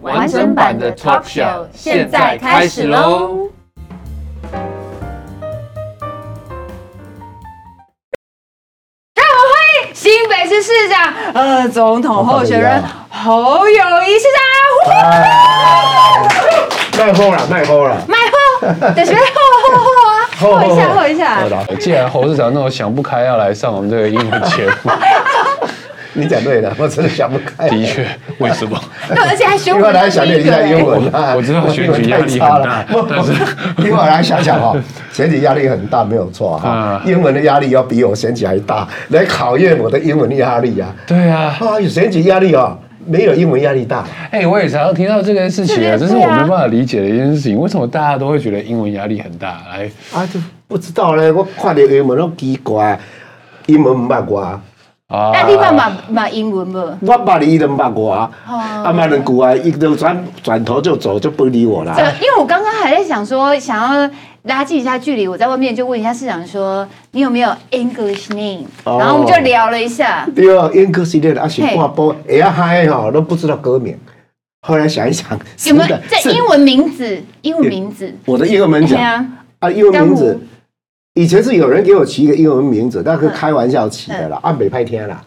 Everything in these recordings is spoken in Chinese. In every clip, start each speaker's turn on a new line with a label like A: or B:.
A: 完整版的 talk show 现在开始喽！
B: 新北市市长、呃，总统候选人侯友谊市长，
C: 卖货了，卖货了，
B: 卖货，得学吼吼吼啊，吼一下，吼一下。
D: 呃既然侯市长那种想不开要来上我们这个英文节 目，
C: 你讲对了，我真的想不开。
D: 的，确，为什么？
B: 对，而且还选
C: 一
B: 我
C: 会儿来
B: 们
C: 想
B: 第一
C: 念一
B: 个
C: 下
B: 人。
C: 英文啊，
D: 我知道选举压力 很大
C: 我
D: 但是
C: 一会儿来想想哈，选举压力很大没有错哈
D: 啊，
C: 英文的压力要比我选举还大，来考验我的英文压力啊。
D: 对啊，
C: 啊，有选举压力啊，没有英文压力大。
D: 哎、我也常常听到这件事情啊，这是我没办法理解的一件事情。为什么大家都会觉得英文压力很大？来，
C: 啊，就不知道嘞，我看到英文都奇怪，英文唔捌我，
D: 啊
B: 那你办嘛嘛英文不？
C: 我捌你，伊都唔捌我，
B: 哦
C: 啊，捌两句啊，伊都转转头就走，就不理我啦。
B: 这因为我刚刚还在想说，想要拉近一下距离，我在外面就问一下市长说，你有没有 English name？
C: 哦
B: 然后我们就聊了一下。
C: 对啊，英歌系列的啊，是挂播，哎呀嗨哈，都不知道歌名。后来想一想，
B: 有没
C: 是
B: 有
C: 的
B: 这
C: 是
B: 英文名字？英文名字？
C: 我的英文名字
B: 对啊，
C: 啊，英文名
B: 江
C: 字
B: 湖，
C: 以前是有人给我起一个英文名字，那是开玩笑起的
B: 哎
C: 啦，按北派天啦，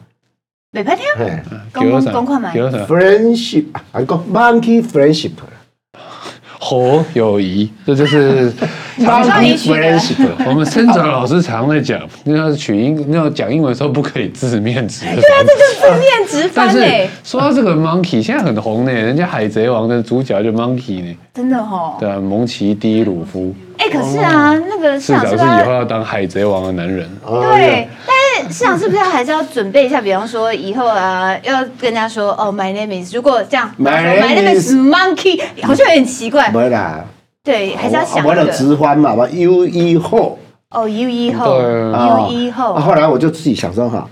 B: 北派天，
C: 嘿
B: 公公
D: 什
B: 公快买
D: 么？给。了什么？
C: ，friendship，韩国 monkey friendship，
D: 侯友谊，这 就是
B: 马上一起的
C: friendship，
D: 我们生长老师常在讲，那要取英，那要讲英文的时候不可以字面指。对啊，这就
B: 字面直翻
D: 但是
B: 哎，
D: 说到这个 monkey，现在很红呢，人家《海贼王》的主角就 monkey 呢，
B: 真的哦。
D: 对啊，蒙奇 ·D· 鲁夫
B: 哎，可是啊，那个市
D: 市
B: 长
D: 长
B: 是
D: 是
B: 不
D: 以
B: 是要
D: 后要当海贼王的男人。
C: 哎
B: 对，但是市场是不是还是要准备一下？比方说以后啊，要跟人家说哦，My name is，如果这样
C: My
B: ，My name
C: name
B: is
C: is-
B: monkey，好像有点奇怪。
C: 没啦，
B: 对，哎还是要想
C: 我我
B: 那
C: 有
B: 个
C: 直翻嘛，我 U E 后。
B: 哦，U 一后
D: 对啊
B: ，U 一
C: 啊
B: 后，
C: 后来我就自己想说哈，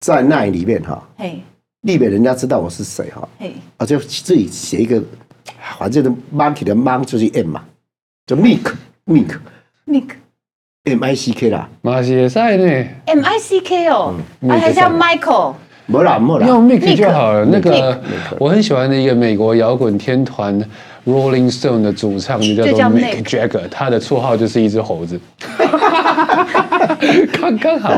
C: 在那里面哈，
B: 嘿，
C: 避免人家知道我是谁哈，
B: 嘿，
C: 我就自己啊写一个，反正的 monkey 的 mon 就是 m 嘛，就 mick mick
B: Mick
C: m i c k 啦，
D: 马歇赛呢？
B: M I C K 哦，
C: 嗯
B: 啊，还是要
C: 那个
B: Michael，
C: 没啦没
D: 用
C: 啦，
D: Mick 就好了。那
C: Mick
D: 个
C: Mick
D: 我很喜欢的一个美国摇滚天团 Rolling Stone 的主唱就叫
B: 就
D: 做
B: 叫 Mick
D: Mick Jagger，他的绰号就是一只猴子，刚刚好。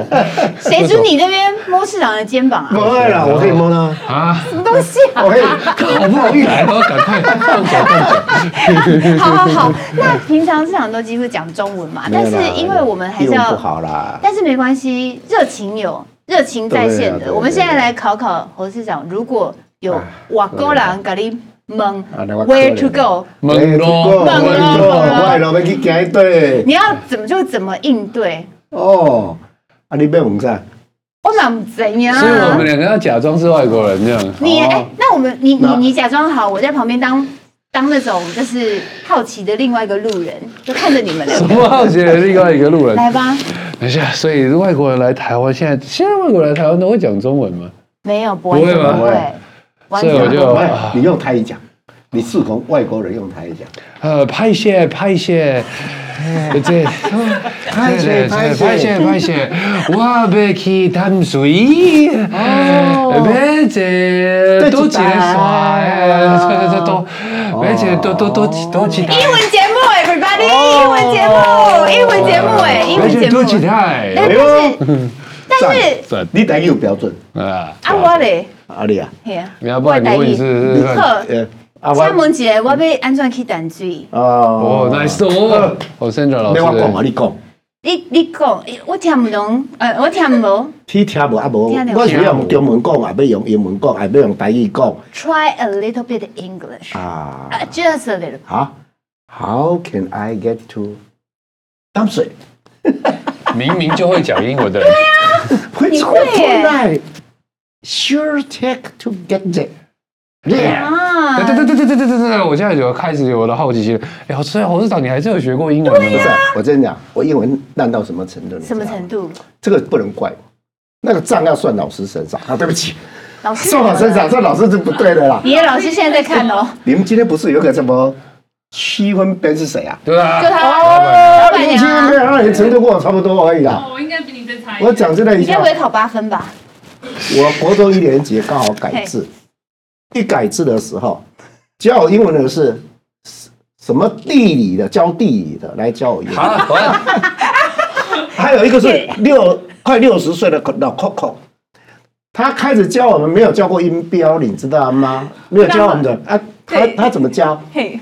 B: 谁准你这边摸市长的肩膀啊？
C: 不会啦，我可以摸啦，
D: 啊？
B: 什么东西啊？
C: 我可以，
D: 好不容易来了，赶快动手动脚。
B: 好好好，那平常市场都几乎讲中文 嘛，但是因为我们还是
C: 英文
B: 要
C: 不好啦，
B: 但是没关系，热情有，热情在线
C: 对啊
B: 的。
C: 对啊
B: 我们现在来考考侯市长，如果有瓦哥人咖喱蒙
C: 啊那我
B: Where
C: 可
B: to
C: 以
B: go，
D: 猛
C: 咯
B: 猛咯
D: 咯，
C: 猛
B: 猛咯
C: 咯，哎我老要去行一队，
B: 你要怎么就怎么应对？
C: 哦，啊你要问啥？
B: 我哪怎样
D: 所以我们？两个要假装是外国人这样。
B: 你哎、那我们你你
C: 那
B: 你假装好，我在旁边当当那种就是好奇的另外一个路人，就看着你们两
D: 什
B: 个。
D: 么好奇的另外一个路人？
B: 来吧，
D: 等一下，所以外国人来台湾，现在现在外国人来台湾都会讲中文吗？
B: 没有，不
D: 会
B: 完全
D: 吗
B: 不会，完全
D: 所以我
B: 不
D: 就
B: 会。
C: 喂啊你用台语讲，你适逢外国人用台语讲，
D: 呃，拍谢拍谢，这
C: 拍
D: 네,
C: 谢拍谢
D: 拍谢拍谢，我要去淡水，要坐多一个山，这这多，要坐多多多多一台，
B: 英文节目，everybody，
C: 哦
B: 英文节目，英文节目，哎，英文节
D: 多一
B: 目。
D: 台，
C: 네.哎
B: 但是但是
D: 赞
C: 你台语有标准，
D: 啊！
B: 啊，我嘞，
C: 啊你啊，
B: 嘿啊，
D: 要不然你问是是
B: 好，
C: 呃，啊
B: 请问一下，我要安怎去淡水？
C: 哦
D: 哦，nice 哦，我 Sandra 老
C: 你我讲
D: 师
C: 啊，。你讲，
B: 你你讲，诶我听不懂，呃，我听不懂。
C: 你听无啊无？
B: 听得到
C: 我是要用中文讲，也要用英文讲，也要用台语讲
B: Try a little bit English,
C: 啊
B: uh, just a little.
C: 啊！How can I get to 淡水？
D: 明明就会讲英文的人，
C: 会
B: 你会耶
C: 来？Sure take to get there。
D: Yeah！
B: 啊
D: 对对对对对对对对对，我现在有开始有了好奇心了。哎，侯市侯市长，你还是有学过英文的
C: 不是，啊我跟你讲，我英文烂到什么程度？
B: 什么程
C: 度？
B: 度？
C: 这个不能怪我，那个账要算老师身 上啊！对不起，
B: 老师
C: 算我身上，算老师是不对的啦。
B: 你的老师现在在看哦，
C: 你们今天不是有个什么七分班是谁啊？
D: 对吧？
B: 就他
D: 哦，
B: 老
C: 你
B: 板
C: 七分
B: 娘
C: 班
B: 啊，
C: 好像也程度跟我差不多而已啦。
A: 哦，我应该比你再差一点。
C: 我讲真的一
B: 你
C: 下
B: 该不，会考八分吧？
C: 我国中一年级刚好改制，一改制的时候，教我英文的是什么地理的，教地理的来教我英文，
D: 好，我
C: 还有一个是六快六十岁的老 Coco。他开始教我们，没有教过音标，你知道吗？没有教我们的啊，他
A: 对
C: 他怎么教？
A: 嘿，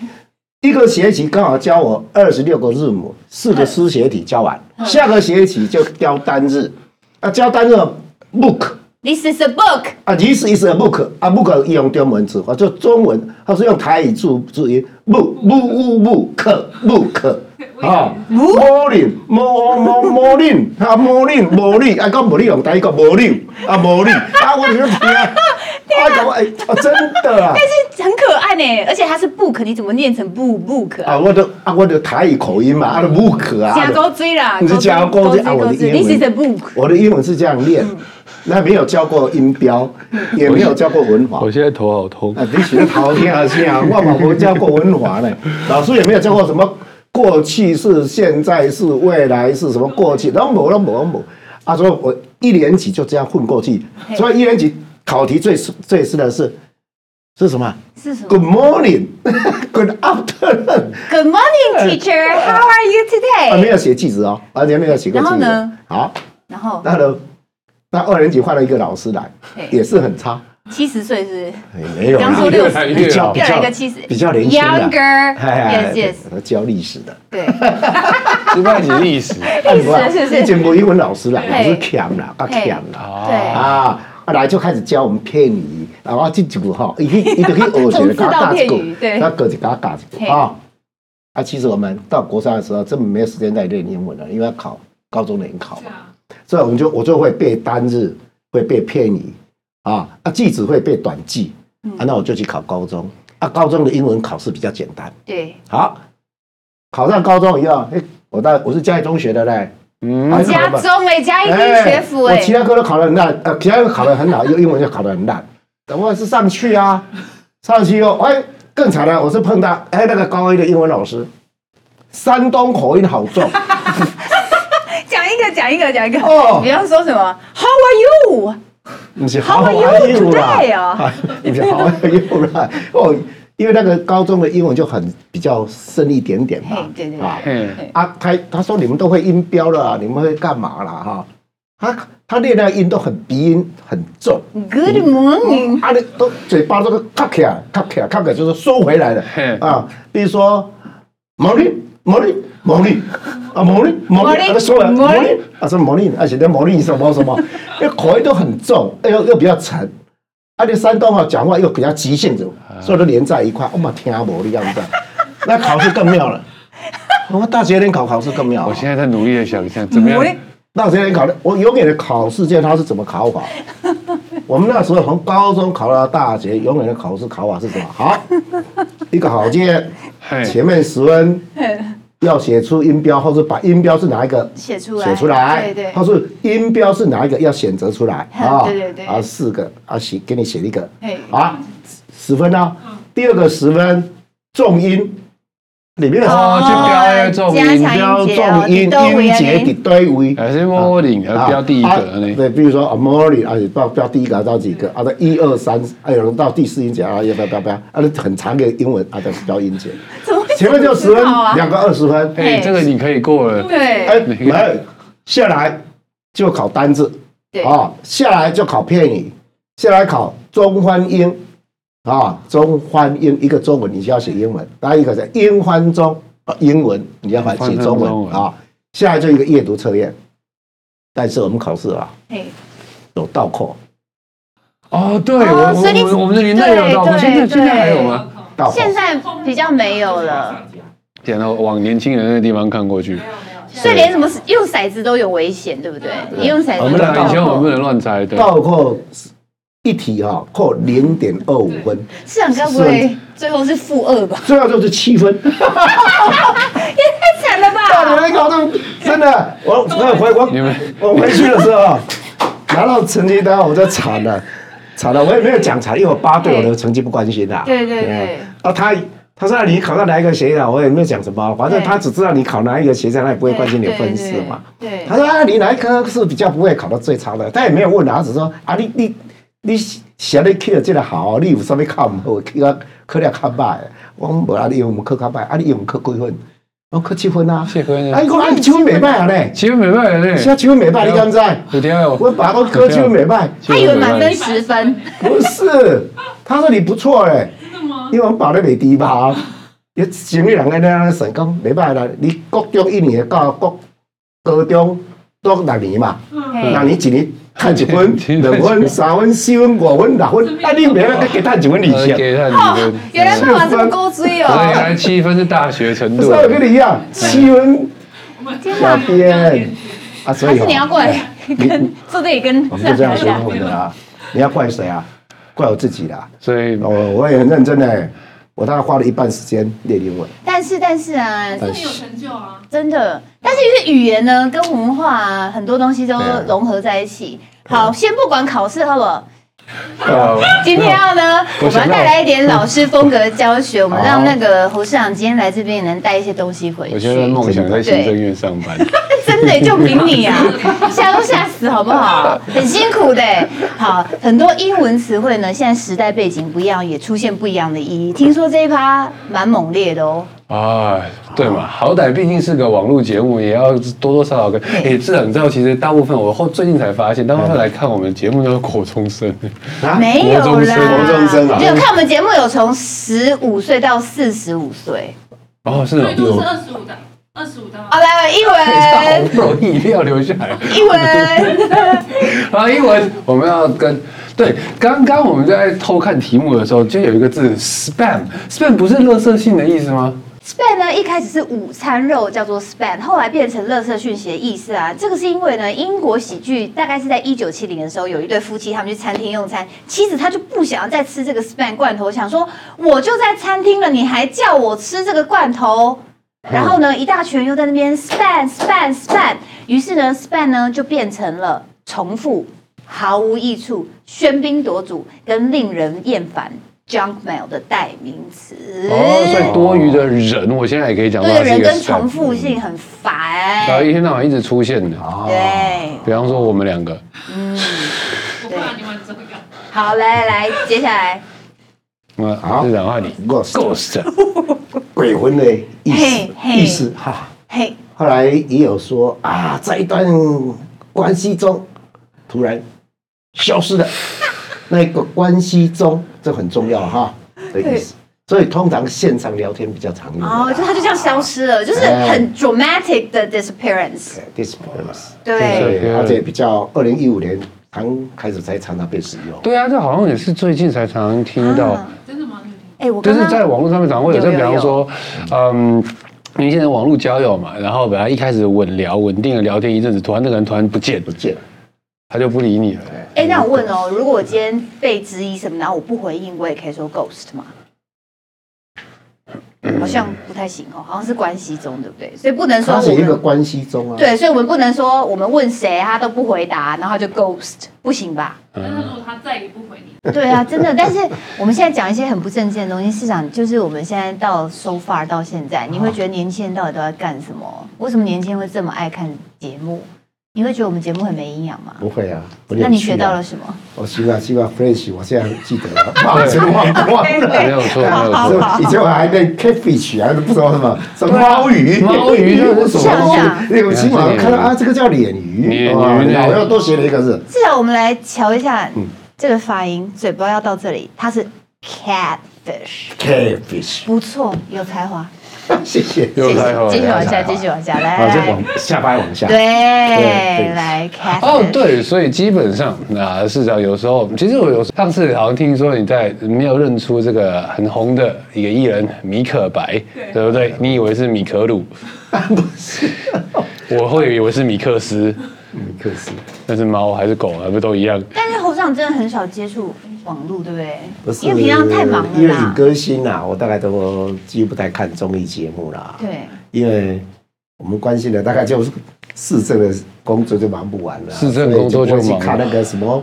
C: 一个学期刚好教我二十六个字母，四
A: 嗯
C: 个书写体教完，下个学期就教单字。啊，教单字 book
B: This is a book，
C: 啊，this is a book 啊，book 用中文字，啊，就中文，它是用台语注注音，book book book book 啊，morning mo mo morning 啊，morning morning 啊，讲 morning 用台语讲 morning 啊，morning 啊，我就 听啊，啊，讲哎，啊，真的啊。
B: 但是很可爱呢，而且它是 book，你怎么念成 book book 啊？
C: 啊，我的啊，我的台语口音嘛，啊，不可啊，
B: 加高追啦，
C: 你是加高追啊，我的英文
B: ，This is a book，
C: 我的英文是这样
B: 嗯
C: 练，那没有教过音标，也没有教过文法
D: 我。现在头好痛。
C: 啊，你学陶天啊，是啊，我老婆教过文法呢，老师也没有教过什么过去式、现在式、未来式什么过去，然后某了某了某，啊，所以我一年级就这样混过去，所以一年级考题最最是的是是什么
B: 是什么
C: ？Good morning，Good afternoon。
B: ？Good morning, teacher. How are you
C: 啊，没
B: today？
C: 有写句子哦，完全没有写过句子。
B: 哎然后呢？
C: 好，
B: 然后
C: 那呢？那二年级换了一个老师来
B: 对，
C: 也是很差，
B: 七十岁是
C: 哎没有啦
B: 刚说
D: 越
B: 六
D: 来
B: 十，
D: 越
C: 比较
D: 老
C: 比
B: 又来一
C: 较
B: 个七十
C: 比较年轻的。哎
B: ，younger，yes yes，
C: 他教历史的，
B: 对，
D: 失败你历 史
C: 历
B: 是不是
C: 以前没英文老师啦，
B: 嘿
C: 老师强啦，他
B: 嘿哦
C: 强啦，
D: 啊，
C: 啊，啊来就开始教我们片语，啊，我这几句哈， 伊去伊就去学 学，
B: 从字到片语对
C: 那个就嘎嘎一
B: 嘿
C: 个啊。啊，其实我们到国三的时候，根本没有时间再练英文了，因为要考高中联考
B: 啊
C: 嘛。所以我们就我就会背单日，会背片语啊，啊句子会背短句
B: 嗯
C: 啊，那我就去考高中啊，高中的英文考试比较简单。
B: 对，
C: 好，考上高中以后，哎，我到我是嘉义中学的嘞，啊
D: 嗯
C: 还
B: 家
C: 考得
B: 中哎，嘉义
C: 哎
B: 跟学府
C: 我
B: 哎，
C: 其他科都考得很烂，呃，其他科考得很好，英英文就考得很烂，等我是上去啊，上去以后，哎，更惨了，我是碰到哎那个高一的英文老师，山东口音好 重。
B: 讲一个，讲一个，讲一个。
C: 哦
B: 哦，比方说什么？How are you？
C: 不是
B: How are you today 啊
C: 啊，不是 How are you 啦？哦，因为那个高中的英文就很比较深一点点嘛
B: 嘿，对对
C: 啊
D: 嗯，
C: 啊，他他说你们都会音标了啊，你们会干嘛啦？哈？他他练那个音都很鼻音很重，
B: Good morning，
C: 啊，你都嘴巴都卡起来，卡起来，卡起来就是收回来了
D: 嘿
C: 啊。比如说，毛利，毛利，毛利，啊，毛利，毛利，
B: 毛利
C: 啊，说了，毛
B: 毛利
C: 利，啊，说毛利，而且那毛利什么什么，那口音都很重，又又比较沉。啊，你山东啊，讲话又比较急性子，所以都连在一块，我嘛听无你样子。那考试更妙了，我大学联考考试更妙啊。
D: 我现在在努力的想象怎么样
B: 喂
C: 那时候考的，我永远的考试见他是怎么考 法。我们那时候从高中考到大学，永远的考试考法是什么？ 好，一个好卷，
D: 嘿
C: 前面十分要写出音标，或是把音标是哪一个
B: 写出来
C: 写出来，
B: 对对
C: 或是音标是哪一个要选择 出来
B: 嗯对对对
C: 啊，四个啊，写给你写一个
B: 嘿，
C: 啊，十分啊，第二个十分重音里面的
D: 哦就标那个重音
B: 加强
C: 标
B: 音节
C: 重
B: 哦，
C: 音音节的
B: 音
C: 对位，
D: 还是 morning 要呃标第一
C: 啊
D: 个呢？
C: 对，比如说啊 morning 啊，你标标第一个到几个啊？那一二三，哎，有人到第四音节啊，要不要标标？啊，那很长的英文啊，再标音节，
B: 怎么会
C: 前面就十分
B: 知道，啊
C: 两个二十分，
D: 哎，这个你可以过了。
C: 哎
B: 对，
C: 来下来就考单字，
B: 对
C: 啊，下来就考片语，下来考中翻英，啊，中翻英一个中文你需要写英文，然后一个是英翻中，啊，英文你要翻写中
D: 翻成中
C: 文
D: 文
C: 啊，下来就一个阅读测验，但是我们考试啊
B: 嘿，
C: 有倒扣，
D: 哦，对，
B: 哦
D: 我
B: 所以你
D: 我我们的年代有到，我
B: 对
D: 们现在
B: 对
D: 现在还有吗？
C: 倒扣
B: 现在比较没有了，
D: 然后往年轻人那个地方看过去，
B: 所以连什么用骰子都有危险，对不对？你用骰子
C: 我们
D: 对
C: 的
D: 啊，以前我们不
B: 都
D: 能乱猜，对，
C: 倒扣是一题哈、扣零点二五分，
B: 市场该不
C: 是
B: 会最后是负二 吧？
C: 最后就是 七分。
B: 太惨了吧！
C: 大你们搞动，真的，我我回我
D: 你们
C: 我回去的时候拿到成绩单，我就惨了，惨了，我也没有讲惨，因为我爸对我的成绩不关心的。
B: 对对对
C: 嗯啊，他他说你考到哪一个学校，我也没有讲什么，反正
B: 对
C: 他只知道你考哪一个学校，他也不会关心你的分数嘛。
B: 对对对
C: 他说啊，你哪一科是比较不会考到最差的？他也没有问啊，他只说啊，你你你写的去的这个好，你有啥物考唔好，去啊考了较歹。我讲无啊，你用考较歹，啊你用考几分？我考七分啊。
D: 七分
C: 啊，伊讲啊，你七分袂歹啊咧，
D: 其实没办法
C: 写
D: 嘞，
C: 七分袂歹，你敢知？
D: 有天有，
C: 我把我哥七分袂歹，
B: 他以为满分十分，
C: 不是，他说你不错嘞，因为我们把那里低吧，你前面两个在那神讲袂歹啦，你国中一年到国高中都六年嘛，
E: 嘿
C: 六年一年看一分
D: 一、年
C: 两分、三分、四分、五分、六分，啊，你袂要再给他几分啊以
D: 呃
C: 上，
D: 给他几分？
B: 原来爸爸这么勾追
D: 所以
C: 啊
B: 哦！
D: 原来七分是大学程
C: 不是
D: 度。
C: 我跟你一样，七分
B: 天
C: 小
B: 哪，
C: 编啊，所
B: 还
C: 以
B: 是你要
C: 哦
B: 过来跟啊坐这里跟
C: 我
B: 市
C: 们就
B: 场
C: 这样
B: 谈一
C: 说
B: 下？
C: 我的啦，你要怪谁啊？怪我自己啦。
D: 所以
C: 我我也很认真的，我大概花了一半时间练英文。
B: 但是但是啊，
C: 但
F: 很有成就啊！
B: 真的，但是因为语言呢跟文化啊很多东西都
C: 对啊
B: 融合在一起。好，先不管考试好不好？
C: 呃，
B: 今天要呢，我
C: 我
B: 们要
C: 想到
B: 带来一点老师风格教学，我们让那个侯市长今天来这边也能带一些东西回去。哎
D: 我现在梦想在行政院上 班，
B: 真的就凭你 啊，吓都吓死好不好？很辛苦的欸。好，很多英文词汇呢，现在时代背景不一样，也出现不一样的意义。听说这一趴蛮猛烈的哦。
D: 啊，对嘛，好歹毕竟是个网络节目，也要多多少少跟。哎，市长，你知道其实大部分我后最近才发现，大部分来看我们节目都是国 中生，
C: 啊
B: 没有啦，
D: 国中生
C: 国中生啊
B: 就看我们节目有从十五岁到四十五岁。
D: 哦，是
F: 最多
D: 哦
F: 是，二十五的，二十五的吗
B: 好，？来，英
D: 好
B: 文，
D: 不容易一定要留下来。
B: 英文，
D: 啊，英文我们要跟对，刚刚我们在偷看题目的时候，就有一个字 spam，spam 不是垃圾性的意思吗？
B: spam 呢，一开始是午餐肉，叫做 spam，后来变成垃圾讯息的意思啊。这个是因为呢，英国喜剧大概是在一九七零的时候，有一对夫妻他们去餐厅用餐，妻子她就不想要再吃这个 spam 罐头，想说我就在餐厅了，你还叫我吃这个罐头。然后呢，一大群人又在那边 span span span，于是呢，span 呢就变成了重复、毫无益处、喧宾夺主跟令人厌烦 junk mail 的代名词。
D: 哦，所以多余的人，我现在也可以讲到
B: 对
D: 它是
B: 人
D: 一个
B: 跟
D: spam
B: 重复性很
D: 然后
B: 烦。
D: 一天到晚一直出现的。
B: 对，
D: 比方说我们两个，
F: 我怕你玩这个。
B: 好，来来来，接下来，
D: 那
C: 好
D: 市长话你
C: ghost
D: ghost，
C: 鬼魂的意
B: 嘿
C: 思
B: 嘿
C: 意思哈。
B: 嘿，
C: 后来也有说啊，在一段关系中突然消失了， 那个关系中这很重要哈的意思。所以通常现场聊天比较常用
D: 嗯
C: 的啦。
B: 哦，就他就这样消失了，就是
D: 哦
B: 很 dramatic 的 disappearance。
C: d i s p e r s
B: 对，
C: 对，而且比较二零一五年常开始才常常被使用。
D: 对啊，这好像也是最近才常常听到，
F: 真的吗？
B: 哎，啊我
D: 就
B: 刚
D: 是在
B: 刚
D: 网络上面常会有，
B: 有
D: 就
B: 有
D: 比方说，嗯。因为现在网络交友嘛，然后本来一开始稳聊、稳定的聊天一阵子，突然那个人突然不见
C: 不，见了，
D: 他就不理你了。
B: 哎，那我问哦，如果我今天被质疑什么，然后我不回应，我也可以说 ghost 吗？好像不太行哦，好像是关系中，对不对？所以不能说
C: 它是
B: 我
C: 一个
B: 们
C: 关系中啊。
B: 对，所以我们不能说我们问谁他都不回答，然后他就 ghost，不行吧？
F: 但是如果他再也不回你，
B: 对啊，真的。但是我们现在讲一些很不正经的东西，市场就是我们现在到 so far 到现在，你会觉得年轻人到底都在干什么？为什么年轻人会这么爱看节目？你会觉得我们节目很没营养吗？
C: 不会啊，不
B: 那
C: 有
B: 你
C: 趣啊
B: 学到了？什么？
D: 嗯
C: 我希望希望 French，我现在记得了， 忘真忘光
D: 没
C: 了。
D: 有错，没有
B: 哎好
D: 错。
C: 以前我还在 catfish 还是不知道什么什么猫鱼，
D: 猫鱼那是
C: 什
D: 什
C: 么
D: 么
C: 东
B: 东西？
C: 西那我起码看到啊，这个叫鲢鱼，
D: 鲢鱼
C: 哇
D: 对
C: 老要多学了一个字。
B: 至少我们来瞧一下
D: 嗯
B: 这个发音，嘴巴要到这里，它是 catfish，
C: catfish，
B: 不错，有才华。
C: 谢谢。
D: 有才华
B: 继续往下，继续往下，来
C: 好，再
B: 来来，
C: 往下巴往下。对
B: 对，来 catfish。
D: 哦，对，所以基本上啊，市长有时候，其实我有上次好像听说你在没有认出这个很红的一个艺人米可白，对不对？你以为是米可鲁，我会以为是米克斯，
C: 可是
D: 但是猫还是狗还不都一样？
B: 但是侯市长真的很少接触网络，对不对？
C: 不是
B: 因为平常太忙了
C: 因为你
B: 啦。
C: 更新啦，我大概都几乎不太看综艺节目啦。
B: 对，
C: 因为我们关心的大概就是市政的工作就忙不完了，啊
D: 市政工作就忙了
C: 所以不会去看那个什么，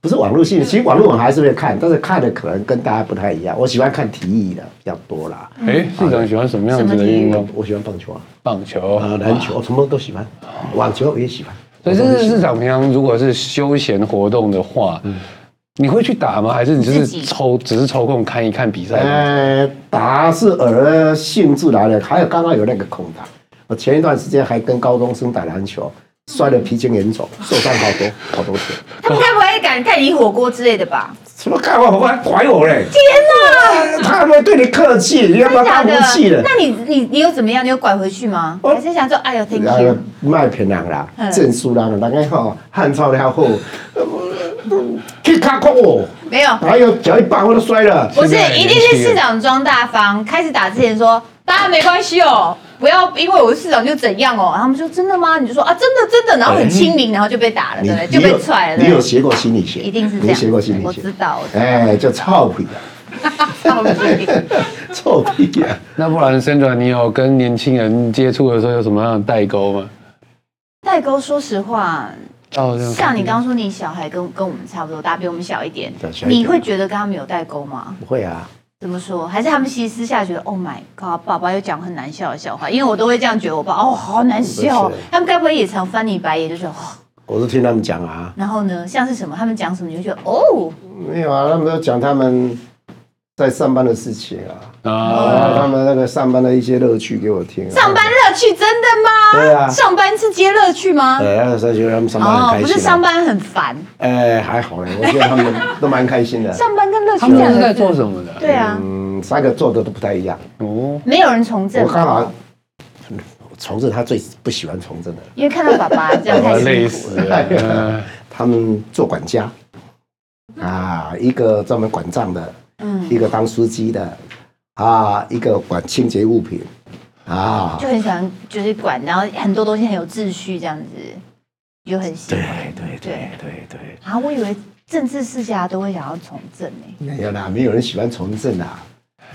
C: 不是网络性，其实网络我还是会看，但是看的可能跟大家不太一样。我喜欢看体育的比较多啦，
D: 哎，市长喜欢什么样子的运动？
C: 我喜欢棒球啊，
D: 棒球
C: 呃，篮。球什么都喜欢，网球也喜欢。
D: 所以这是市长平常如果是休闲活动的话，
C: 嗯
D: 你会去打吗？还是你就
B: 自
D: 是
B: 己
D: 抽，只是抽空看一看比赛？
C: 呃，打是尔兴致来了，还有刚刚有那个空档。我前一段时间还跟高中生打篮球，摔得皮筋严重，受伤好多好多次。
B: 他们该不会敢看你火锅之类的 吧？
C: 什么看我，我还拐我嘞！天哪！他们对你客气，你要不要
B: 真的假
C: 当
B: 的
C: 武器了？
B: 那你你你有怎么样？你有拐回去吗？
C: 哦
B: 还是想说，哎呦，thank
C: 然后
B: you。
C: 卖骗人啦
B: 嗯，
C: 证书人，人家吼汉朝了后，呃去卡哎扣我，
B: 没有，
C: 还有脚一绊我都摔了。
B: 不是
D: 现在，的
B: 一
D: 年
B: 定
D: 轻人
B: 是市长装大方。开始打之前说，大家没关系哦，不要因为我是市长就怎样哦。他们说真的吗？你就说啊，真的真的，然后很亲民，然后就被打了，对不对？就
C: 哎你有
B: 被踹了，
C: 你
B: 对
C: 有
B: 不对？
C: 学过心理学？
B: 一定是这
C: 你
B: 样，
C: 学过心理
B: 我
C: 学
B: 知？道，我知
C: 哎，叫臭屁啊！
B: 道。
C: 臭屁啊呀、
D: 那不然，森转你有跟年轻人接触的时候有什么样的代沟吗？
B: 代沟，说实话，
D: 哦，这样
B: 像你刚刚说，你小孩跟跟我们差不多大，比我们小一点
C: 对小，一点
B: 你会觉得跟他们有代沟吗？
C: 不会啊，
B: 怎么说？还是他们其实私下觉得，Oh my god，爸爸又讲很难笑的笑话，因为我都会这样觉得我爸，哦，好难笑哦
C: 不是。
B: 他们该不会也常翻你白眼，就说、哦，
C: 我是听他们讲啊，
B: 然后呢，像是什么，他们讲什么，你就觉得，哦，
C: 没有啊，他们都讲他们在上班的事情啊，
D: 啊，
C: 他们那个上班的一些乐趣给我听、啊。
B: 上班乐趣真的吗？
C: 对啊
B: 上班是接乐趣吗？哦
C: 对，那时候觉得他们上班很开
B: 不
C: 心、啊
B: 是上，班很烦，
C: 哎，还好嘞，我觉得他们都蛮开心的。
B: 上班跟乐趣
D: 他
B: 这
D: 们
B: 两
D: 是
B: 个
D: 在
B: 字
D: 做什么的？
B: 对啊，
C: 嗯，三个做的都不太一样。
D: 哦，
B: 没有人从政啊
C: 我，刚好从政，他最不喜欢从政的，
B: 因为看到爸爸这样太辛
D: 累
B: 苦
D: 死
B: 了。
D: 了。嗯
C: 他们做管家啊，一个专门管账的，
B: 嗯，
C: 一个当司机的，啊，一个管清洁物品，啊，
B: 就很喜欢就是管，然后很多东西很有秩序这样子，就很喜
C: 对
B: 欢。
C: 对对对对，
B: 啊，我以为政治世家都会想要从政呢、
C: 没有啦，没有人喜欢从政啊啦，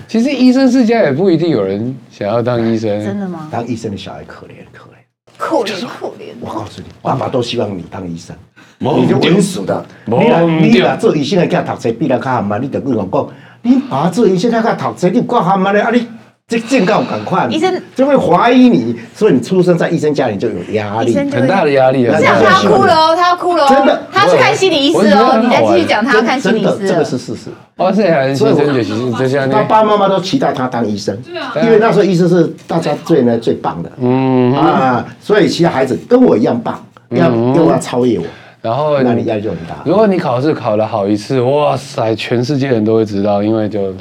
D: 其实医生世家也不一定有人想要当医
B: 真
D: 生，
B: 的吗？
C: 当医生的小孩可怜可怜。
B: 可怜可怜，
C: 我告诉你，爸爸都希望你当医生，你就稳死的。
D: 无
C: 你若你若
D: 对
C: 做医生的，囝读册比人较含慢，你就跟人讲，你爸做医生，他较读册，你有够含慢的啊！你这正够赶快，
B: 医生
C: 就会怀疑你，所以你出生在医生家里就有压力
B: 医。生就
D: 很大的压力啊
C: 那
B: 这。样他要哭了哦，他要哭了哦，
C: 真的
B: 他要去看心理医师
D: 我也觉得
B: 哦。
D: 很
B: 你再继续讲，他要看心
C: 真
B: 理
C: 的，
B: 医师哦
C: 这个
B: 了。
C: 是事实。
D: 哇塞，很
C: 所以
D: 牺
C: 我
D: 牲就牺牲，就像
C: 爸
D: 那，
C: 爸妈妈都期待他当医生，
F: 对啊
C: 因为那时候医生是大家最呢最棒的
D: 嗯，
C: 啊，所以其他孩子跟我一样棒，要又要超越我，
D: 然后
C: 那你压力就很大。
D: 如果你考试考得好一次，哇塞，全世界人都会知道，因为就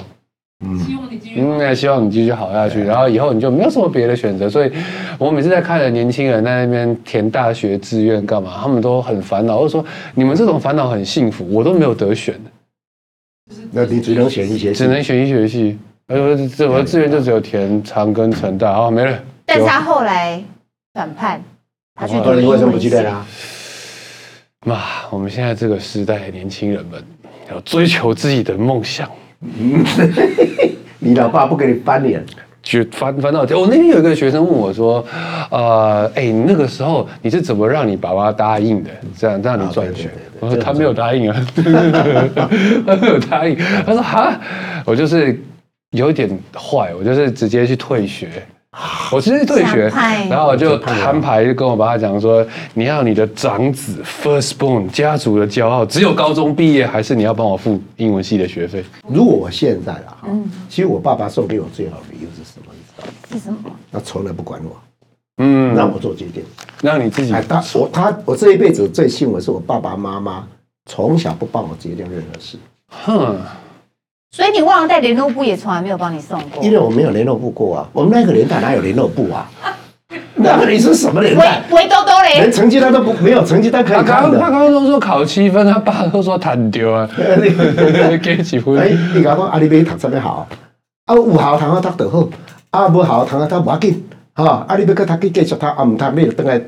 F: 希望你继续
D: 因为希望你继续好下去，然后以后你就没有什么别的选择。所以我每次在看着年轻人在那边填大学志愿干嘛，他们都很烦恼，我就说你们这种烦恼很幸福，我都没有得选，
C: 那你只能选一些，
D: 只能选医学系。而且这我的志愿就只有填长跟成大，啊，没了。
B: 但是他后来反叛，他去
C: 不
B: 读
C: 然你
B: 英
C: 为什么不
B: 文
C: 去
B: 系
C: 对。啦？
D: 妈，我们现在这个时代的年轻人们要追求自己的梦想，
C: 你老爸不给你翻脸，
D: 觉翻翻到天。哦我那天有一个学生问我说：“呃，哎、你那个时候你是怎么让你爸爸答应的？这样让你转学？”
C: 啊对对对对
D: 我说：“
C: 这
D: 他
C: 很
D: 没有答应啊， 他没有答应。”他说：“哈，我就是有一点坏，我就是直接去退学。”
C: 啊
D: 我直接去退学
B: 想派，
D: 然后我就摊牌，就跟我爸讲说：“你要你的长子 firstborn 家族的骄傲，只有高中毕业，还是你要帮我付英文系的学费？”
C: 如果我现在啦，哈，其实我爸爸送给我最好的礼物是什么？你知道吗？
B: 嗯是什么？
C: 他从来不管我，
D: 嗯，
C: 让我做决定。
D: 让你自己
C: 哎，他我他我这一辈子最幸福是我爸爸妈妈从小不帮我决定任何事，
D: 哼。
B: 所以你忘了带联络簿，也从来没有帮你送过
C: 因。为我没有联络部过啊，我们那个年代哪有联络部啊？ 那个你是什么年
B: 喂
C: 代？啊
B: 喂，兜兜
C: 连
B: 嘞，
C: 成绩单都不没有，成绩单可以
D: 他
C: 看
D: 刚他
C: 的。
D: 刚都说考七分，他爸都说弹丢啊， 给几
C: 哎
D: 分？，
C: 你甲我讲啊，你要读啥物好？啊，有效通啊读就好，啊无效通啊读无要紧，哈、啊你要搁读去继续读，啊毋读你就等来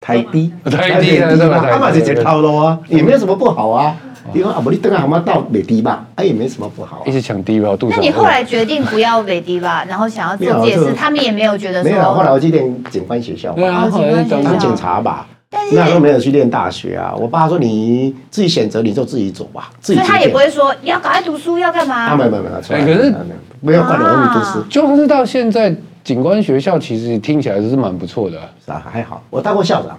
C: 台低，
D: 台低啊对吧台低
C: 他嘛是一套路啊，也没有什么不好啊。因为啊，不你等下好嘛到美低吧，哎也没什么不好啊
D: 一。直抢第一包，肚
B: 那
D: 子好饿。
B: 你后来决定不要美迪吧，然后想要做解
C: 没有
B: 释，
C: 就
B: 他们也没有觉得
C: 没有啊，后来
B: 说，
C: 我去练警官学校
D: 对
C: 嘛，
D: 啊，
B: 哦
D: 后来
B: 警官学
D: 当
B: 校
C: 当
D: 警
C: 警察吧。
B: 但是
C: 那时候没有去练大学啊，我爸说你自己选择你就自己走吧，自
B: 所以
C: 己决定。
B: 他也不会说要赶快读书要干嘛
C: 啊，没。有没有没有，从来
D: 哎可是
C: 没有没有管我们读书，
D: 就是到现在，警官学校其实听起来是蛮不错的。
C: 是啊还好，我当过校长，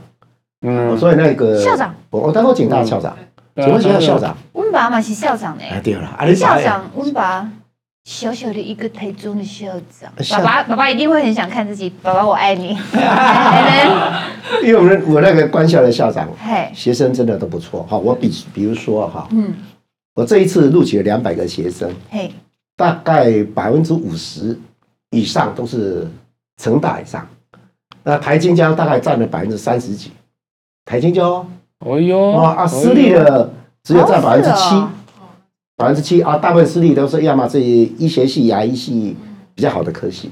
D: 嗯，
C: 所以那个
B: 校长，
C: 我我当过警大校长，警官学校校长。
B: 我们爸嘛是校长呢，欸
C: 哎，对了，啊，你
B: 校
C: 爸
B: 长，我们爸小小的一个台中的校长，
C: 哎校
B: 爸爸爸爸一定会很想看自己，爸爸我爱你。 哎
C: 因为我们我那个官校的校长，
B: 嘿，
C: 学生真的都不错哈。我比比如说哈，
B: 嗯，
C: 我这一次录取了两百个学生，
B: 嘿，
C: 大概百分之五十以上都是成大以上，那台金交大概占了百分之三十几，台金交哦
D: 哎呦，
C: 哦啊，私立的只有占百
B: 哦
C: 分
B: 是
C: 之七
B: 哦，
C: 百分之七啊，大部分私立都是要么这医学系、牙医系比较好的科系，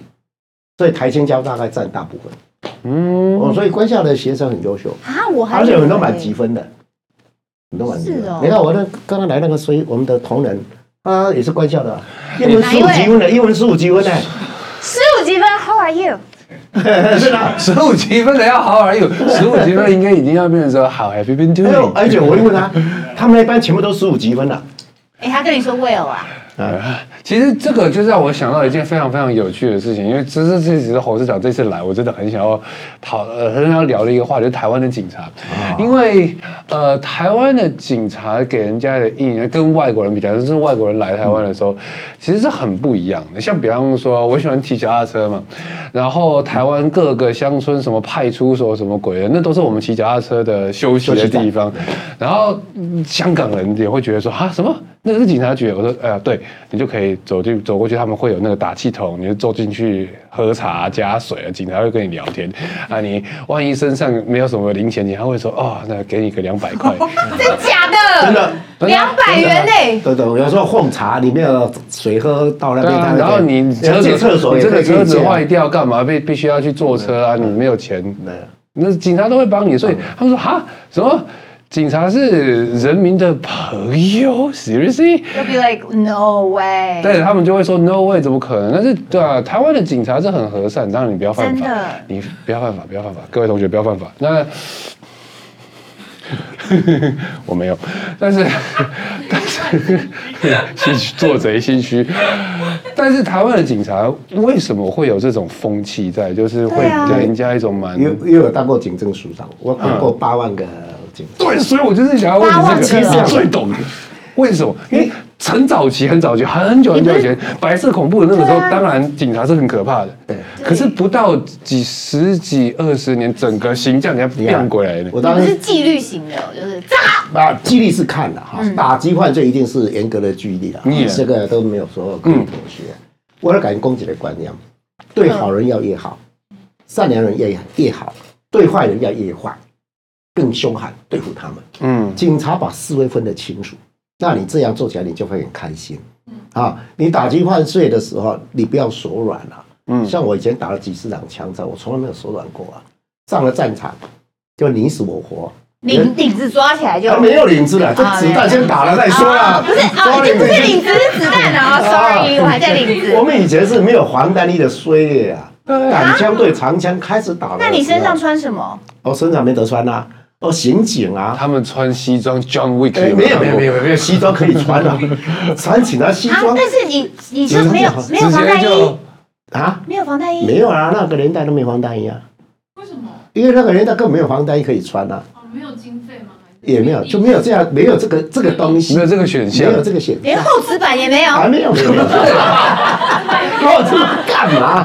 C: 所以台金交大概占大部分。
D: 嗯，
C: 哦，所以官校的学生很优秀，
B: 啊，我还
C: 而且
B: 以为
C: 我们都满积分的，我们都满积分。
B: 欸是哦
C: 你看我那刚刚来那个谁，我们的同仁，他也是官校的，啊英文
B: 哪
C: 十
B: 一
C: 五
B: 位
C: 积分的，英文十五 积分的，
B: 十五积分，How are you？嗯
C: 是啊的。
D: 十五积分的要好而已，十五积分应该已经要变成说好 Have you been
C: 哎呦，
D: doing？
C: 而且我就问他，他们那班全部都十五积分的，
B: 哎，他跟你说 Will 啊，
D: 其实这个就让我想到一件非常非常有趣的事情，因为这这这其实侯市长这次来，我真的很想要讨呃很想要聊的一个话，就是台湾的警察，因为呃台湾的警察给人家的印象跟外国人比较，就是外国人来台湾的时候，其实是很不一样的。像比方说，我喜欢骑脚踏车嘛，然后台湾各个乡村什么派出所什么鬼的，那都是我们骑脚踏车的休息的地方。然后嗯香港人也会觉得说啊什么那个是警察局，我说呃对，你就可以走进走过去，他们会有那个打气筒，你就坐进去喝茶加水，啊警察会跟你聊天啊。你万一身上没有什么零钱，警察会说哦，那给你个两 百块。
B: 真假的？
C: 真的。
B: 两百元欸呢？
C: 对对，有时候奉茶里面有水喝到那
D: 对
C: 边，
D: 啊
C: 他，
D: 然后你
C: 要
D: 车子
C: 借厕所也
D: 你这
C: 可
D: 个
C: 以
D: 车子
C: 借啊
D: 坏掉干嘛？必必须要去坐车啊，你没有钱，
C: 对嗯
D: 那警察都会帮你，所以他们说哈什么？警察是人民的朋友，seriously？
B: You'll be like no way。
D: 对他们就会说 no way，怎么可能？但是对啊，台湾的警察是很和善，当然你不要犯
B: 真的
D: 法，你不要犯法，不要犯法，各位同学不要犯法。那 我没有，但是 但是 心虚，做贼心虚。但是台湾的警察为什么会有这种风气在？就是会
B: 对啊
D: 给人家一种蛮
C: 因为因为我当过警政署长，我管
D: 嗯
C: 过八万个警察。
D: 对，所以我就是想要问
B: 八万
D: 你这个，
C: 起
D: 你
C: 跳
D: 最懂。为什么？因为很早期、很早期、很久很久以前，白色恐怖的那个时候，
B: 对啊
D: 当然警察是很可怕的。
C: 对
D: 可是不到几十几、二十年，整个形象给它变回来了。
C: 我
B: 你
C: 当
B: 不
C: 时
B: 是纪律型的，就是炸
C: 啊，纪律是看了哈，
B: 嗯
C: 打击犯罪一定是严格的纪律啊，
D: 嗯
C: 这个都没有说可以妥协。我要改攻击的观念，对好人要越好，善良人越越好，对坏人要越坏，更凶悍对付他们。
D: 嗯，
C: 警察把是非分得清楚，那你这样做起来你就会很开心。
B: 嗯
C: 啊，你打击犯罪的时候，你不要手软啊。
D: 嗯
C: 像我以前打了几十场枪战，我从来没有手软过啊。上了战场就你死我活，
B: 领领子抓起来就
C: 啊，没有领子了，就
B: 啊
C: 子弹先打了再说啦。
B: 哦不是啊，
C: 抓
B: 已经不是
C: 领
B: 领子，是子弹了啊。Sorry，我还
C: 哦
B: 在领
C: 子。
B: 子。
C: 我们以前是没有防弹衣的衰劣啊，短枪对长枪开始打了。
B: 那你身上？穿什么？
C: 我啊哦身上没得穿啊，哦，刑警啊。
D: 他们穿西装，John Wick
C: 哎，
D: 有
C: 没
D: 看
C: 有
D: 过
C: 没有没有没有西装可以穿啊，穿起来西
B: 啊
C: 装，
B: 但是你你就没有没有防
D: 直接
B: 弹衣
D: 就，
C: 啊，
B: 没有防弹衣，
C: 没有啊，那个年代都没防弹衣啊，
F: 为什么？
C: 因为那个年代根本没有防弹衣可以穿啊，
F: 哦，没有经费吗？还是
C: 也没有就没有这样，没有这个这个东西，
D: 没有这个选项
C: 没有这个选项
B: 连厚纸板也没有，
C: 啊，没有没 有没有，我这么干嘛？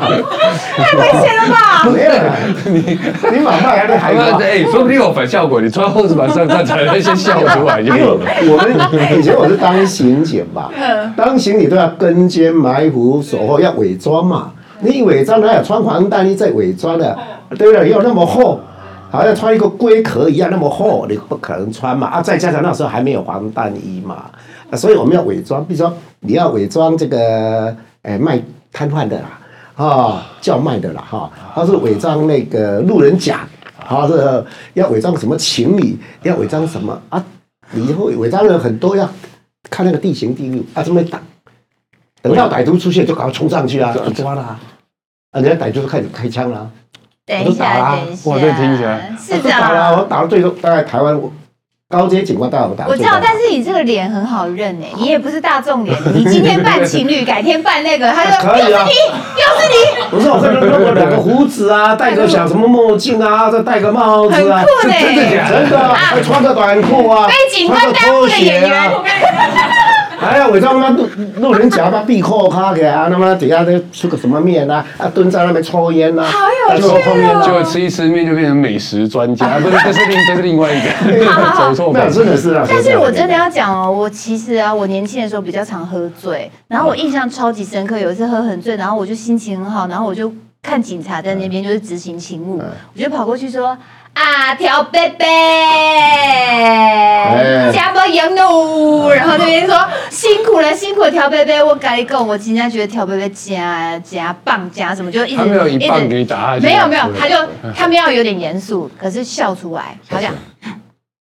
B: 太危险了吧？
C: 没有啊，你你马上还在
D: 台
C: 海
D: 湾
C: 瓜
D: 的。哎，说不定有反效果。你穿厚纸板上战才那些笑出来
C: 因
D: 就
C: 为
D: 有
C: 我
D: 了。
C: 们以前我是当刑警嘛，当刑警都要跟监埋伏守候，要伪装嘛。你伪装哪有穿防弹衣在伪装的？对不对？又那么厚，好像穿一个龟壳一样那么厚，你不可能穿嘛。啊，再加上那时候还没有防弹衣嘛，啊所以我们要伪装，比如说你要伪装这个哎卖摊贩的啦，啊、叫卖的啦哈，他是伪装那个路人甲。啊，这个要伪装什么情理，要伪装什么啊？你以后伪装人很多，要看那个地形地物啊，这么挡，等到歹徒出现就赶快冲上去啊，就抓了啊，啊，人家歹徒就开始开枪了啊，
B: 等
C: 我
B: 一
C: 都打
B: 下，
C: 啦
B: 等一下，
D: 哇这听起来
C: 我
B: 是
C: 都
B: 这
C: 打
B: 样啊
C: 了，我打到最后大概台湾我高阶警官大概我打到
B: 我知
C: 最高
B: 道，但是你这个脸很好认哎，你也不是大众脸，你今天扮情 侣，改天扮那个，他说
C: 可以啊
B: 又是你，哎又
C: 不是，我可能弄个两个胡子啊，戴个小什么墨镜啊，再戴个帽子啊，
B: 很酷呢
C: 是真的假的？真的啊，还穿个短裤啊，
B: 被警官
C: 穿个
B: 耽误
C: 拖鞋
B: 的演
C: 啊
B: 员，
C: 还要伪装他妈路路人甲把闭扣卡给啊，他妈底下那吃个什么面啊，啊蹲在那边抽烟啊，
B: 好有
C: 啊
B: 趣
C: 抽
B: 哦
C: 空烟啊
D: 就吃一吃面就变成美食专家，啊不是，这是另这是另外一个走错
C: 没有，
D: 本。
C: 真的是啊。
B: 但是我真的
C: 啊
B: 要讲哦，我其实啊，我年轻的时候比较常喝醉，然后我印象超级深刻，有一次喝很醉，然后我就心情很好，然后我就看警察在
D: 嗯
B: 那边就是执行勤务，我就跑过去说。啊，条贝贝，
D: 哎
B: 加班羊
D: 嗯
B: 奴，哦然后那边说辛苦了，辛苦了，条贝贝，我跟你讲，我今天觉得条贝贝加加棒加什么，就一直
D: 他没有一
B: 直
D: 棒给你打下去，
B: 没有没有，他
D: 对
B: 就他们要有点严肃，可是嗯笑出来，他讲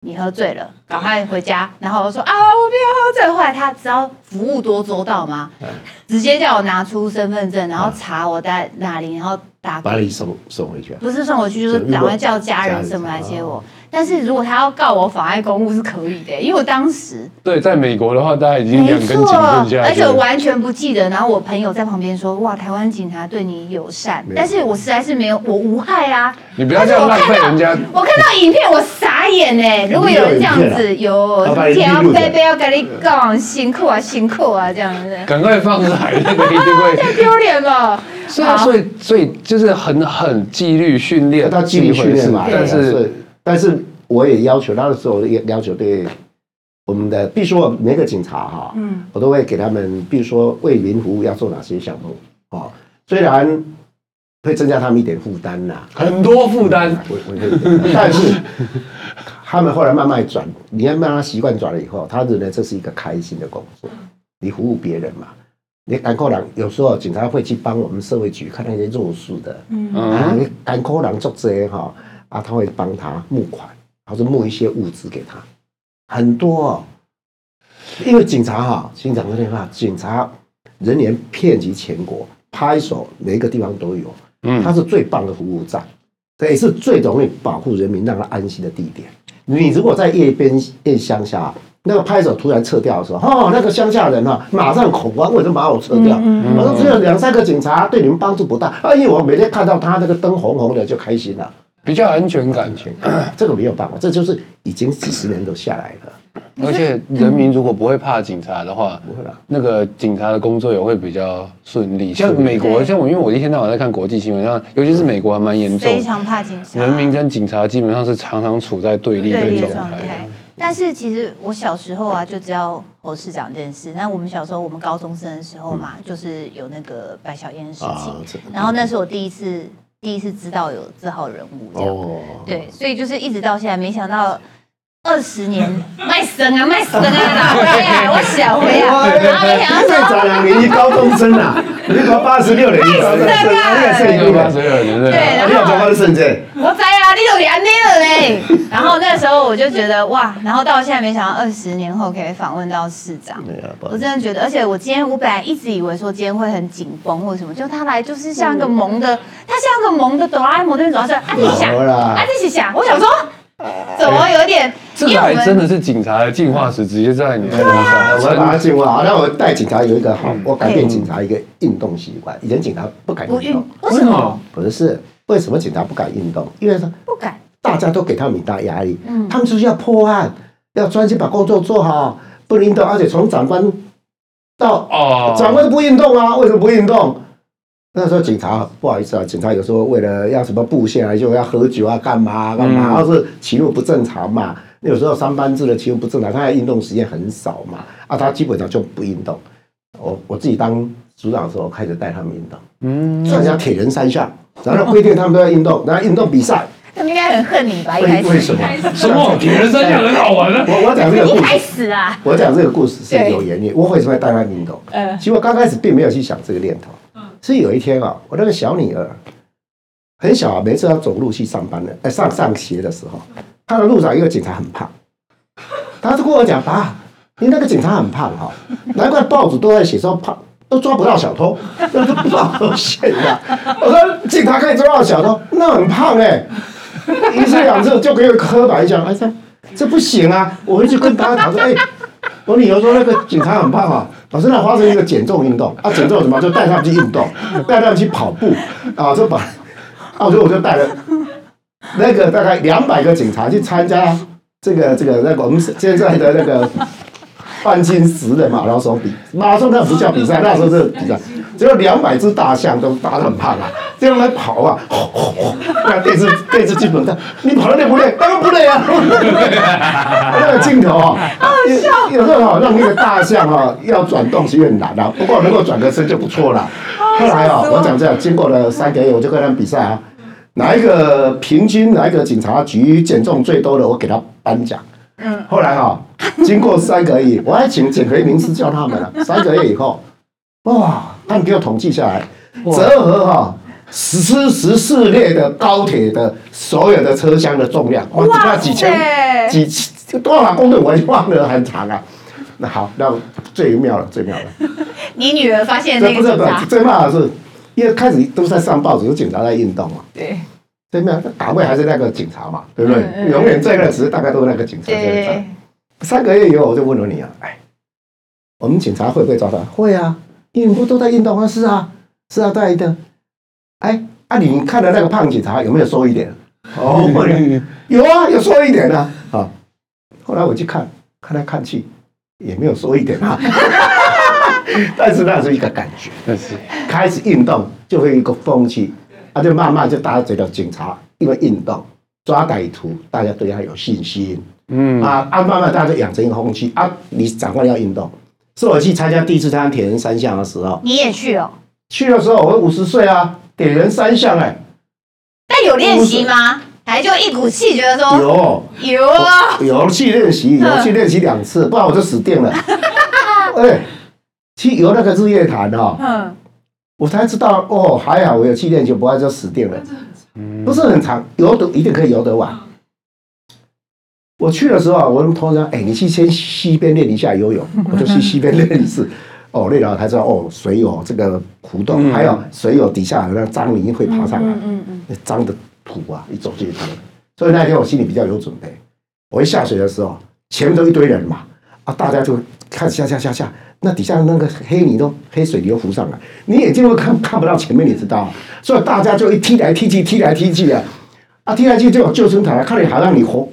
B: 你喝醉了，赶快回家。然后我说啊，我没有喝醉。后来他知道服务多周到吗？直接叫我拿出身份证，然后查我在哪里，然后打
C: 把你送送回去啊。
B: 不是送我去，就是赶快叫家人什么来接我。但是如果他要告我妨碍公务是可以的，因为我当时
D: 对，在美国的话，大家已经
B: 没
D: 两根
B: 错
D: 警棍下去，了，
B: 而且我完全不记得。然后我朋友在旁边说：“哇，台湾警察对你友善。”但是我实在是没有，我无害啊。
D: 你不要这样浪费 人家。
B: 我看到影片我傻眼哎！如果有人这样子，有
C: 老板一定
B: 天
C: 录的
B: 贝贝要跟你讲，辛苦啊，辛苦啊，这样子，
D: 赶快放来，那个一定 会。
B: 丢脸吧？
D: 是啊，
B: 好
D: 所以所以就是很很纪律训练，
C: 他纪律训练嘛，
D: 但
C: 对啊
D: 是
C: 但是我也要求那个时候也要求对我们的，比如说我每个警察哈，嗯，我都会给他们，比如说为民服务要做哪些项目啊，虽然会增加他们一点负担呐，
D: 很多负担。
C: 我我可以，但是他们后来慢慢转，你要慢慢习惯转了以后，他认为这是一个开心的工作，你服务别人嘛。你赶扣人，有时候警察会去帮我们社会局看那些弱势的，啊
D: 嗯，，
C: 干苦人作者哈，啊，他会帮他募款，或者募一些物资给他，很多、哦。因为警察哈、警察这句话，警察人员遍及全国，拍手每一个地方都有，
D: 嗯
C: 它是最棒的服务站，这也是最容易保护人民、让他安心的地点。你如果在夜边夜乡下啊，那个拍手突然撤掉的时候，哦，那个乡下人啊，马上恐慌，为什么把我撤掉？
B: 嗯
C: 我说只有两三个警察对你们帮助不大，啊，因为我每天看到他那个灯红红的就开心了。
D: 比较安全感，
C: 这个没有办法，这就是已经几十年都下来了，
D: 而且人民如果不会怕警察的话，
C: 不会啦。
D: 那个警察的工作也会比较顺利。像美国，像我，因为我一天到晚在看国际新闻，像尤其是美国还蛮严重
B: 非
D: 的，
B: 常怕警察，
D: 人民跟警察基本上是常常处在对立
B: 对
D: 的
B: 立的
D: 状
B: 状态
D: 态。。
B: 但是其实我小时候啊，就知道侯市长这件事。那我们小时候，我们高中生的时候嘛，就是有那个白小燕的事情，
C: 啊这
B: 嗯然后那是我第一次第一次知道有这号人物这样。
C: 哦，
B: 对，所以就是一直到现在，没想到二十年 卖身啊，卖身 啊，老回啊，我小回啊，然后没 想
C: 最
B: 到说。
C: 早两年一高中生啊，你考八十六年一高中生，
B: 哎啊
C: 你也是一
D: 八
C: 个
D: 十二年，对
B: 对
D: 吧
B: 然后
C: 你有考过深圳？
B: 我在啊，你有安内了 嘞。然后那时候我就觉得哇，然后到现在没想到二十年后可以访问到市长，
C: 对啊不好
B: 我
C: 意思
B: 真的觉得，而且我今天我本来一直以为说今天会很紧绷或什么，就他来就是像个萌的，他像个萌的哆啦 A 梦那边走上去，啊你是想
C: 好啦
B: 啊你是想，我想说怎么有点，
D: 这
B: 因为
D: 个
B: 我
D: 还真
B: 们
D: 的是警察的进化史，直接在你身上。
C: 我要把它进化。好，那我带警察有一个好，
B: 嗯
C: 我改变警察一个运动习惯。以前警察不敢
B: 不
C: 运
B: 运
C: 动，，
B: 为什么？
C: 不是为什么警察不敢运动？因为他
B: 不敢？嗯
C: 大家都给他们很大压力，他们就是要破案，要专心把工作做好，不运动，而且从长官到
D: 哦，
C: 长官都不运动啊，为什么不运动？那时候警察不好意思啊，警察有时候为了要什么布线啊，就要喝酒啊，干嘛啊干
D: 嗯
C: 嘛，要是骑路不正常嘛，有时候三班制的骑路不正常，他的运动时间很少嘛，啊，他基本上就不运动。我我自己当组长的时候，开始带他们运动，嗯，参加铁人三项，然后规定他们都要运动，然后运动比赛，
B: 他们应该很恨你吧？一开
C: 为
B: 始
C: 为什么？
D: 什么？人生就很好玩啊了。
C: 我我讲这个
B: 一
C: 故
B: 开
C: 事，
B: 始啊，
C: 我讲这个故事是有原因。我为什么要带他运动？其实我刚开始并没有去想这个念头。是有一天啊，我那个小女儿，很小啊，每次他走路去上班的，哎，上上学的时候，看到路上一个警察很胖，他就跟我讲爸，你那个警察很胖哈、哦，难怪报纸都在写说胖都抓不到小偷，那是报写的。我说警察可以抓到小偷，那很胖哎、一次两次就给我刻板印象，哎这这不行啊！我回去跟他讲说，哎、 我女儿说那个警察很胖啊，老师那发生一个减重运动啊，减重什么就带他们去运动，带他们去跑步啊，就把啊，我就我就带了那个大概两百个警察去参加这个这个那个我们现在的那个半径十的马拉松比马拉松那不叫比赛，那时候是比赛，只有两百只大象都打得很胖啊，这样来跑啊，吼吼吼那电视电视剧本上你跑得累不累？当然不累啊。那个镜头啊、哦，有有时候哈、让那个大象哈、要转动是有点难的、啊不过能够转个身就不错了。后来啊、我讲这样，经过了三个月，我就跟他们比赛啊，哪一个平均哪一个警察局减重最多的，我给他颁奖。嗯，后来哈、经过三个月，我还请减肥名师教他 们了、啊三个月以后，哇，他们给我统计下来，折合哈、十四十四列的高铁的所有的车厢的重量，哇，这要几千几千多少公吨，我也忘了很长啊。那好，那最妙了，最妙了。
B: 你女儿发现
C: 这
B: 那
C: 不
B: 个啊
C: 是
B: 警
C: 不
B: 察
C: 是，，最怕的是，因为开始都在上报纸，有警察在运动嘛，
G: 对，
C: 对没有？岗位还是那个警察嘛，对不
B: 嗯
C: 对？永远在那，只是大概都是那个警察在那
G: 对
C: 站。，三个月以后，我就问了你啊，哎，我们警察会不会抓他？会啊，你们不都在运动啊？是啊，是啊，对的。哎，啊，你看的那个胖警察有没有瘦一点？哦，我有有啊，有瘦一点啊。啊，后来我去看，看来看去也没有瘦一点啊。 但是那是一个感觉，
D: 但是
C: 开始运动就会有一个风气，啊，就慢慢就大家觉得警察因为运动抓歹徒，大家对他有信心。
D: 嗯
C: 啊啊，慢慢大家就养成一个风气啊。你长官要运动，是我去参加第一次参加铁人三项的时候，
B: 你也去哦？
C: 去的时候我五十岁啊，铁人三项哎、
B: 但有练习吗？还就一股气觉得说
C: 有
B: 有啊，
C: 有去练习，有去练习两次，不然我就死定了。哎、去游那个日月潭哈、
G: 嗯，
C: 我才知道哦，还好我有去练习，不然就死定了。不是很长，游得一定可以游得完。我去的时候啊，我们同事说：“哎、你去先西边练一下游泳。”我就去西边练一次。哦，累了才知道哦，水有这个湖洞，还有水有底下有那脏泥会爬
B: 嗯
C: 上来，那脏的土啊，一走进去。所以那天我心里比较有准备。我一下水的时候，前面都一堆人嘛，啊，大家就看下下下下，那底下那个黑泥都黑水泥都浮上来，你眼睛会看看不到前面，你知道吗？所以大家就一踢来踢去，踢来踢去啊，啊，踢来踢去就有救生台，看你好像你活。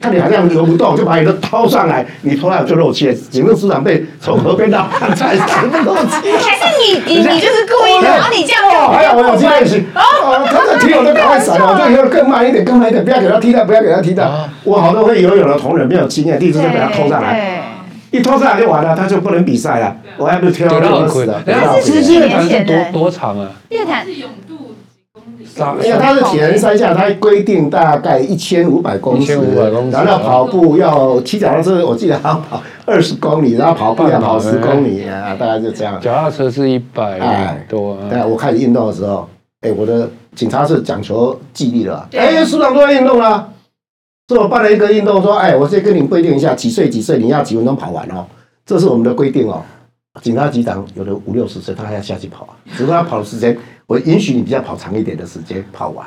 C: 看你好像游不动，就把你都掏上来，你头上就漏气了。警政司长被从河边拉上来，全部漏气。
B: 还是你你你就是故意的，然后你这样
C: 哦，还好我有去练习。哦，他在踢我都赶快闪了，我就游得更慢一点，更慢一点，不要给他踢到，不要给他踢到。我好多会游泳的同仁没有经验，第一次就给他拖上来，一拖上来就完了，他就不能比赛了。我还不挑就
D: 对，那
C: 饿
D: 很
C: 死
D: 亏
C: 了。。哎
D: 然后
B: 是十几年前的
D: 多多长啊？
B: 夜谈
F: 是泳渡几公里？
D: 三
C: 没有，哎他是铁人三项，他规定大概一千五百公尺啊
D: 1500公，尺
C: 然后跑步要骑脚踏车，我记得好像跑二十公里，然后跑步要跑十公里啊，大概就这样。
D: 脚踏车是一百
C: 哎
D: 多啊，
C: 哎，我开始运动的时候，哎，我的警察是讲求纪律的啊，哎，署长都在运动啦，是我办了一个运动，说，哎，我先跟你们规定一下，几岁几岁你要几分钟跑完哦，这是我们的规定哦。警察局长有的五六十岁，他还要下去跑啊，只不过他跑的时间，我允许你比较跑长一点的时间跑完，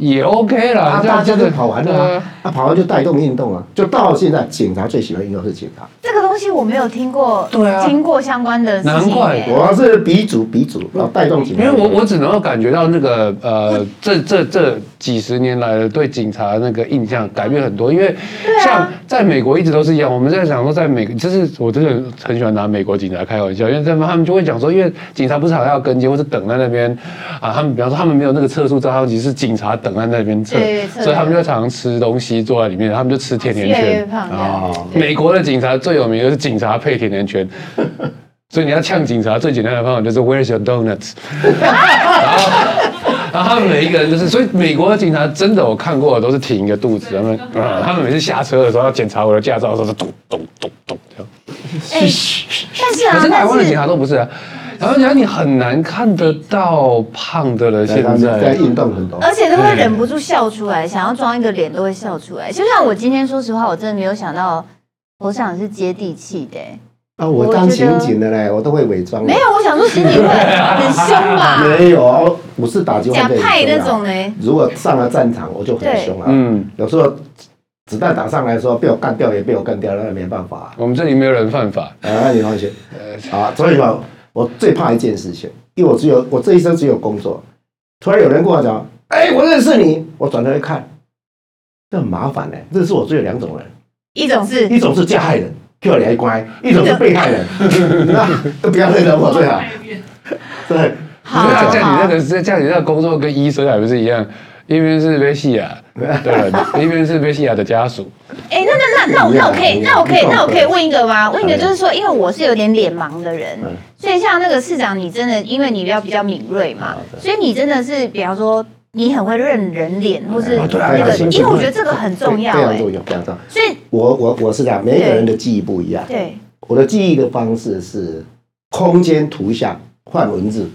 D: 也 OK 啦
C: 啊，。
D: 这样
C: 大家
D: 真
C: 都
D: 的
C: 跑完了啊
D: 对啊，
C: 啊，跑完就带动运动啊，就到现在警察最喜欢运动是警察，
B: 这个东西我没有听过，
D: 对啊
B: 听过相关的事情耶。
D: 难怪
C: 我要是鼻祖鼻祖，要带动警察
D: 因为
C: 运动，
D: 我我只能够感觉到那个呃，这这这几十年来的对警察那个印象改变很多，因为
B: 啊
D: 像在美国一直都是一样，我们在想说在美，就是我真的很喜欢拿美国警察开玩笑，因为他们他们就会讲说，因为警察不是好像要跟进或是等在那边啊，他们比方说他们没有那个测速照相机，是警察等在那边测
B: 对，测啊
D: 所以他们就常常吃东西坐在里面，他们就吃甜甜
B: 越来越
D: 圈。
B: 胖这样。
C: 啊。
D: 美国的警察最有名的是警察配甜甜圈，所以你要呛警察最简单的方法就是 Where's your donuts？然后他们每一个人就是，所以美国的警察真的我看过的都是挺一个肚子，他们啊、他们每次下车的时候要检查我的驾照的时候是咚咚咚咚这样，
B: 但是
D: 可
B: 啊
D: 是，台
B: 但
D: 湾的警
B: 是
D: 察都不是啊，然后讲你很难看得到胖的了，现
C: 他们在
D: 在
C: 运动很多。
B: 而且都会忍不住笑出来，想要装一个脸都会笑出来。就像我今天，说实话，我真的没有想到头场是接地气的、欸
C: 啊，我
B: 我
C: 当
B: 觉
C: 刑
B: 得
C: 警的嘞，我都会伪装。？
B: 没有，我想说刑警会很凶吧
C: 嗯没有啊，我我是打击
B: 假
C: 犯罪
B: 派
C: 很
B: 那
C: 凶啊
B: 种呢？
C: 如果上了战场，我就很
B: 对
C: 凶啊。
D: 嗯，
C: 有时候子弹打上来的时候，被我干掉也被我干掉，那也没办法啊。
D: 我们这里没有人犯法。
C: 啊，那你放心。啊，所以嘛，我最怕一件事情，因为我只有我这一生只有工作，突然有人跟我讲，哎、我认识你，我转头一看，这很麻烦呢、认识我只有两种人，
B: 一种是
C: 一种是加害人，给我来乖；一种是被 害人， 那都不要认得我最好。 对，
B: 好
D: 对啊
B: 好
D: 这样你那
B: 好，
D: 个是这样你那个工作跟医生还不是一样？一边是贝西亚的人，一边是贝西亚的家属。
B: 哎、那那那那我那我可以，那我可以，那我可以问一个吗？问一个
C: 嗯
B: 就是说，因为我是有点脸盲的人
C: 嗯，
B: 所以像那个市长，你真的因为你要比较敏锐嘛
C: 好，的
B: 所以你真的是，比方说你很会认人脸，或是
C: 啊
B: 那
C: 对啊对啊
B: 个，
C: 心情
B: 因为我觉得这个很 重要
C: 非
B: 哎、
C: 常重要，非常重要。
B: 所以
C: 我我我是这样，每一个人的记忆不一样。
B: 对，
C: 我的记忆的方式是空间图像换文字，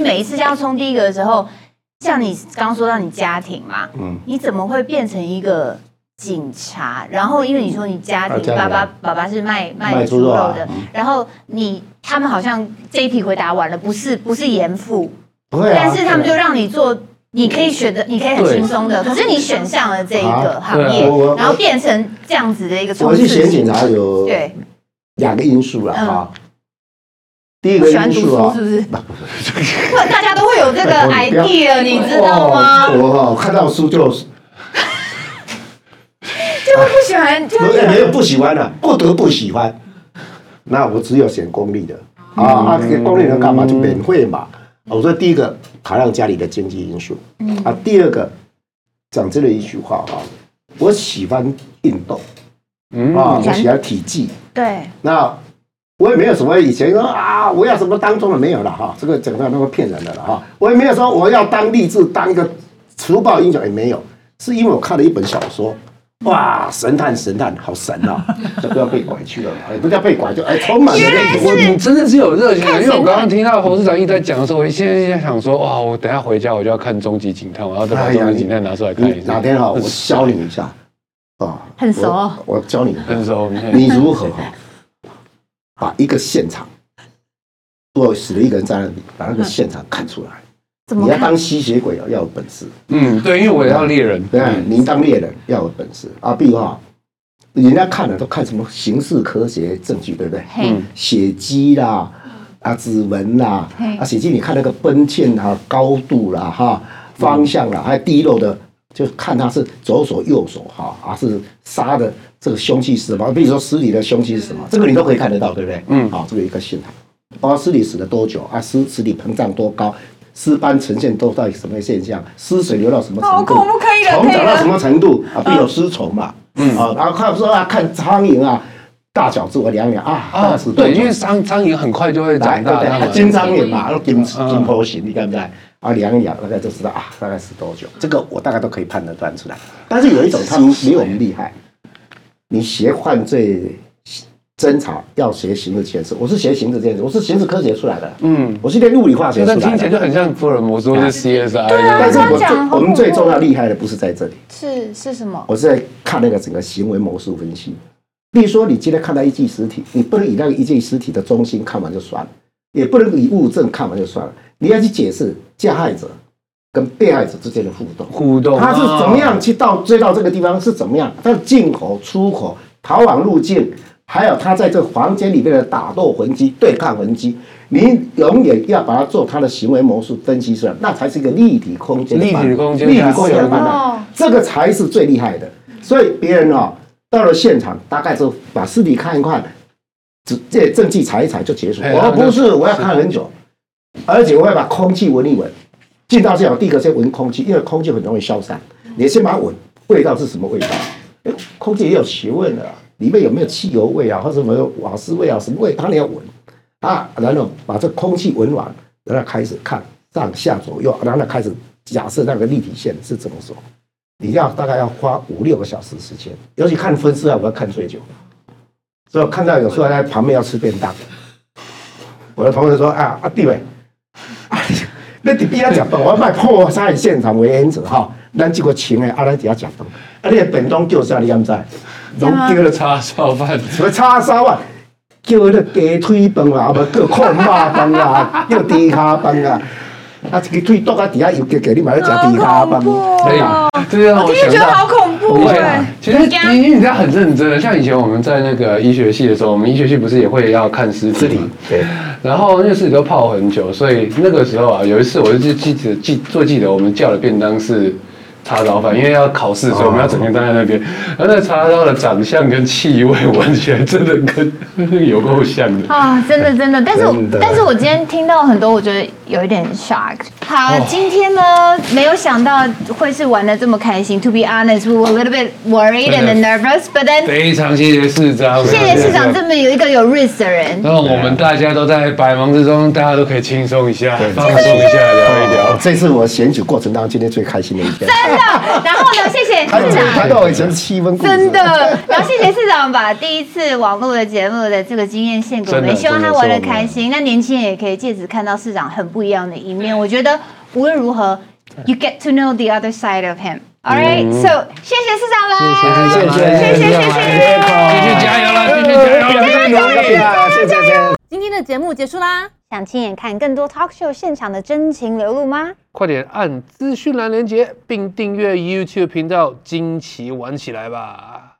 B: 每一次要冲第一个的时候，像你刚说到你家庭嘛，
C: 嗯，
B: 你怎么会变成一个警察？然后因为你说你家
C: 啊家
B: 庭，
C: 里
B: 爸
C: 啊
B: 爸爸爸是卖卖
C: 卖
B: 猪
C: 猪
B: 肉
C: 肉啊
B: 的，然后你他们好像这一题回答完了，不是不是严父，
C: 不会啊。
B: 但是他们就让你做。你可以选择，你可以很轻松的，可是你选上了这一个
C: 啊
B: 行
D: 对
B: 业
C: 啊我我，
B: 然后变成这样子的一个冲
C: 我去
B: 刺
C: 选
B: 性
C: 警察有
B: 对，
C: 两个因素了
B: 嗯
C: 哈。第一
B: 不
C: 个
B: 喜欢
C: 因
B: 读
C: 素
B: 书
C: 啊
B: 是，不是？ 不然大家都会有这个
C: 我不要
B: idea，你知道吗？
C: 哦我哦看到书就
B: 就会不喜欢，就会
C: 没没有不喜欢了、啊不得不喜欢。那我只有选公立的啊啊，给公立的干嘛就免费嘛。啊我说第一个考量家里的经济因素啊，第二个讲真的一句话啊，我喜欢运动
D: 嗯
C: 啊，我喜欢体技。
B: 对，
C: 那我也没有什么以前说啊，我要什么当中的没有了哈，这个讲到那个骗人的了哈，我也没有说我要当励志当一个除暴英雄也没有，是因为我看了一本小说。哇，神探神探，好神啊！就不要被拐去了嘛，也不叫被拐，就哎，充满了那种
D: 我你真的是有热情的，因为我刚刚听到侯市长一直在讲的时候，我现在在想说，哇，我等一下回家我就要看《终极警探》，我要再把
C: 哎
D: 《
C: 呀
D: 终极警探》拿出来看
C: 你
D: 一下。
C: 哪天哈，我教你一下啊，
E: 很熟哦
C: 我我教你，
D: 很熟，你看
C: 你如何哈，把一个现场，如果死了一个人在那里，把那个现场看出来。
E: 怎
C: 你
E: 么
C: 要
E: 看？
C: 当吸血鬼哦，要有本事。
D: 嗯，对，因为我也要猎人，
C: 对吧，
E: 嗯
C: 您当猎人要有本事啊，比如哈，人家看了都看什么刑事科学证据，对不对？
B: 嘿，
C: 血迹啦，啊指纹啦，啊血迹你看那个奔欠啊高度啦哈方向啦，还有滴漏的，就看他是左手右手哈，啊是杀的这个凶器是什么？比如说尸体的凶器是什么？这个你都可以看得到，对不对？嗯，好，这个一个现场，包括尸体死了多久啊，尸尸体膨胀多高。尸斑呈现都到底什么现象？尸水流到什么程度？哦可以虫长到什么程度啊？必有尸虫嘛。嗯啊，然后看说啊，看苍蝇啊，大小只我量量啊，
D: 啊
C: 到时，多
D: 对，
C: 久
D: 因为苍苍蝇很快就会
C: 来
D: 长
C: 对
D: 大，
C: 不
D: 它
C: 对？
D: 们
C: 金章也嘛，然后金
D: 嗯
C: 金头型，你看不看？啊，量一量大概就知道啊，大概是多久？这个我大概都可以判得断出来。但是有一种他们没有我们厉害，你学犯罪侦查要学刑事建设，我是学刑事建设，我是刑事科学出来的，嗯，我是练物理化学
D: 现
C: 出
D: 在
C: 来的。
D: 听起来就很像福尔摩斯或是 CSI，
C: 但是
E: 这样
C: 我最
E: 讲好
C: 我们最
E: 恐怖哦
C: 重要厉害的不是在这里，
E: 是是什么？
C: 我是在看那个整个行为模式分析。例如说，你今天看到一具尸体，你不能以那个一具尸体的中心看完就算了，也不能以物证看完就算了，你要去解释加害者跟被害者之间的互动，
D: 互动
C: 他是怎么样去到追到这个地方是怎么样，他的进口、出口、逃往路径，还有他在这个房间里面的打斗痕迹、对抗痕迹，你永远要把它做他的行为模式分析出来，那才是一个立体空间的判断，
D: 立体空间啊
C: 立体空间的判
E: 哦
C: 断，这个才是最厉害的。所以别人哦，到了现场，大概就把尸体看一看，只这证据查一查就结束。
D: 哎
C: 我
D: 他们
C: 不，
D: 就是
C: 我要看很久，而且我会把空气闻一闻。进到这样，第一个先闻空气，因为空气很容易消散。你先把它闻味道是什么味道？哎空气也有学问的啊、里面有没有汽油味啊，或者什么瓦斯味啊，什么味？当然要闻啊，然后把这空气闻完，然后开始看上下左右，然后开始假设那个立体线是怎么走。你要大概要花五六个小时时间，尤其看分尸啊，我要看最久。所以我看到有时候在旁边要吃便当，我的同事说啊，啊弟妹，啊你那弟弟要讲饭，我卖破坏现场为原则哈，咱这个情的啊，咱底下讲饭，啊你的便当叫啥你敢知？拢叫了
D: 叉烧饭，
C: 什么叉烧啊？叫迄鸡腿饭啊，啊无叫烤肉饭啊， 叫猪骹饭啊，啊一个腿剁啊，底下油结结，你嘛要食猪骹饭，
D: 所以这就让我
B: 我听着
D: 想
B: 觉得好
D: 到。
B: 恐怖
D: 不会
B: 哎
D: 啊，，其实因为你在很认真的，像以前我们在那个医学系的时候，我们医学系不是也会要看尸体嘛？
C: 对，
D: 然后那个尸体都泡很久，所以那个时候啊，有一次我就记记得记做记得，我们叫的便当是叉烧饭，因为要考试，所以我们要整天待在那边。而那个叉烧的长相跟气味闻起来真的跟 那个有够像的。
B: 啊，真的真的，但是我
C: 真的哦
B: 但是我今天听到很多，我觉得有一点 shock。好，今天呢，没有想到会是玩的这么开心。To be honest, we were a little bit worried and
D: 真
B: nervous, but then
D: 非常谢谢市长，
B: 谢谢市长这么有一个有 risk 的人。
D: 让我们大家都在百忙之中，大家都可以轻松一下，放松一下，聊一聊。
C: 哦这是我选举过程当中今天最开心的一天，
B: 真的，然后呢？谢谢市
C: 还有
B: 长。
C: 谈到我以前的气温故事，
B: 真的，然后谢谢市长把第一次网络的节目的这个经验献给我
D: 真的
B: 们，希望
D: 真
B: 他
D: 的
B: 玩的
D: 是我们
B: 开心。那年轻人也可以借此看到市长很不一样的一面。我觉得无论如何，you get to know the other side of him。All right, so 谢谢市长啦，
C: 谢谢
B: 谢谢谢谢。
D: 继续加油了，继续加油了，继续努力。
C: 啊，谢谢谢谢。
A: 今天的节目结束啦，
E: 想亲眼看更多 talk show 现场的真情流露吗？
D: 快点按资讯栏连接，并订阅 YouTube 频道，惊奇玩起来吧！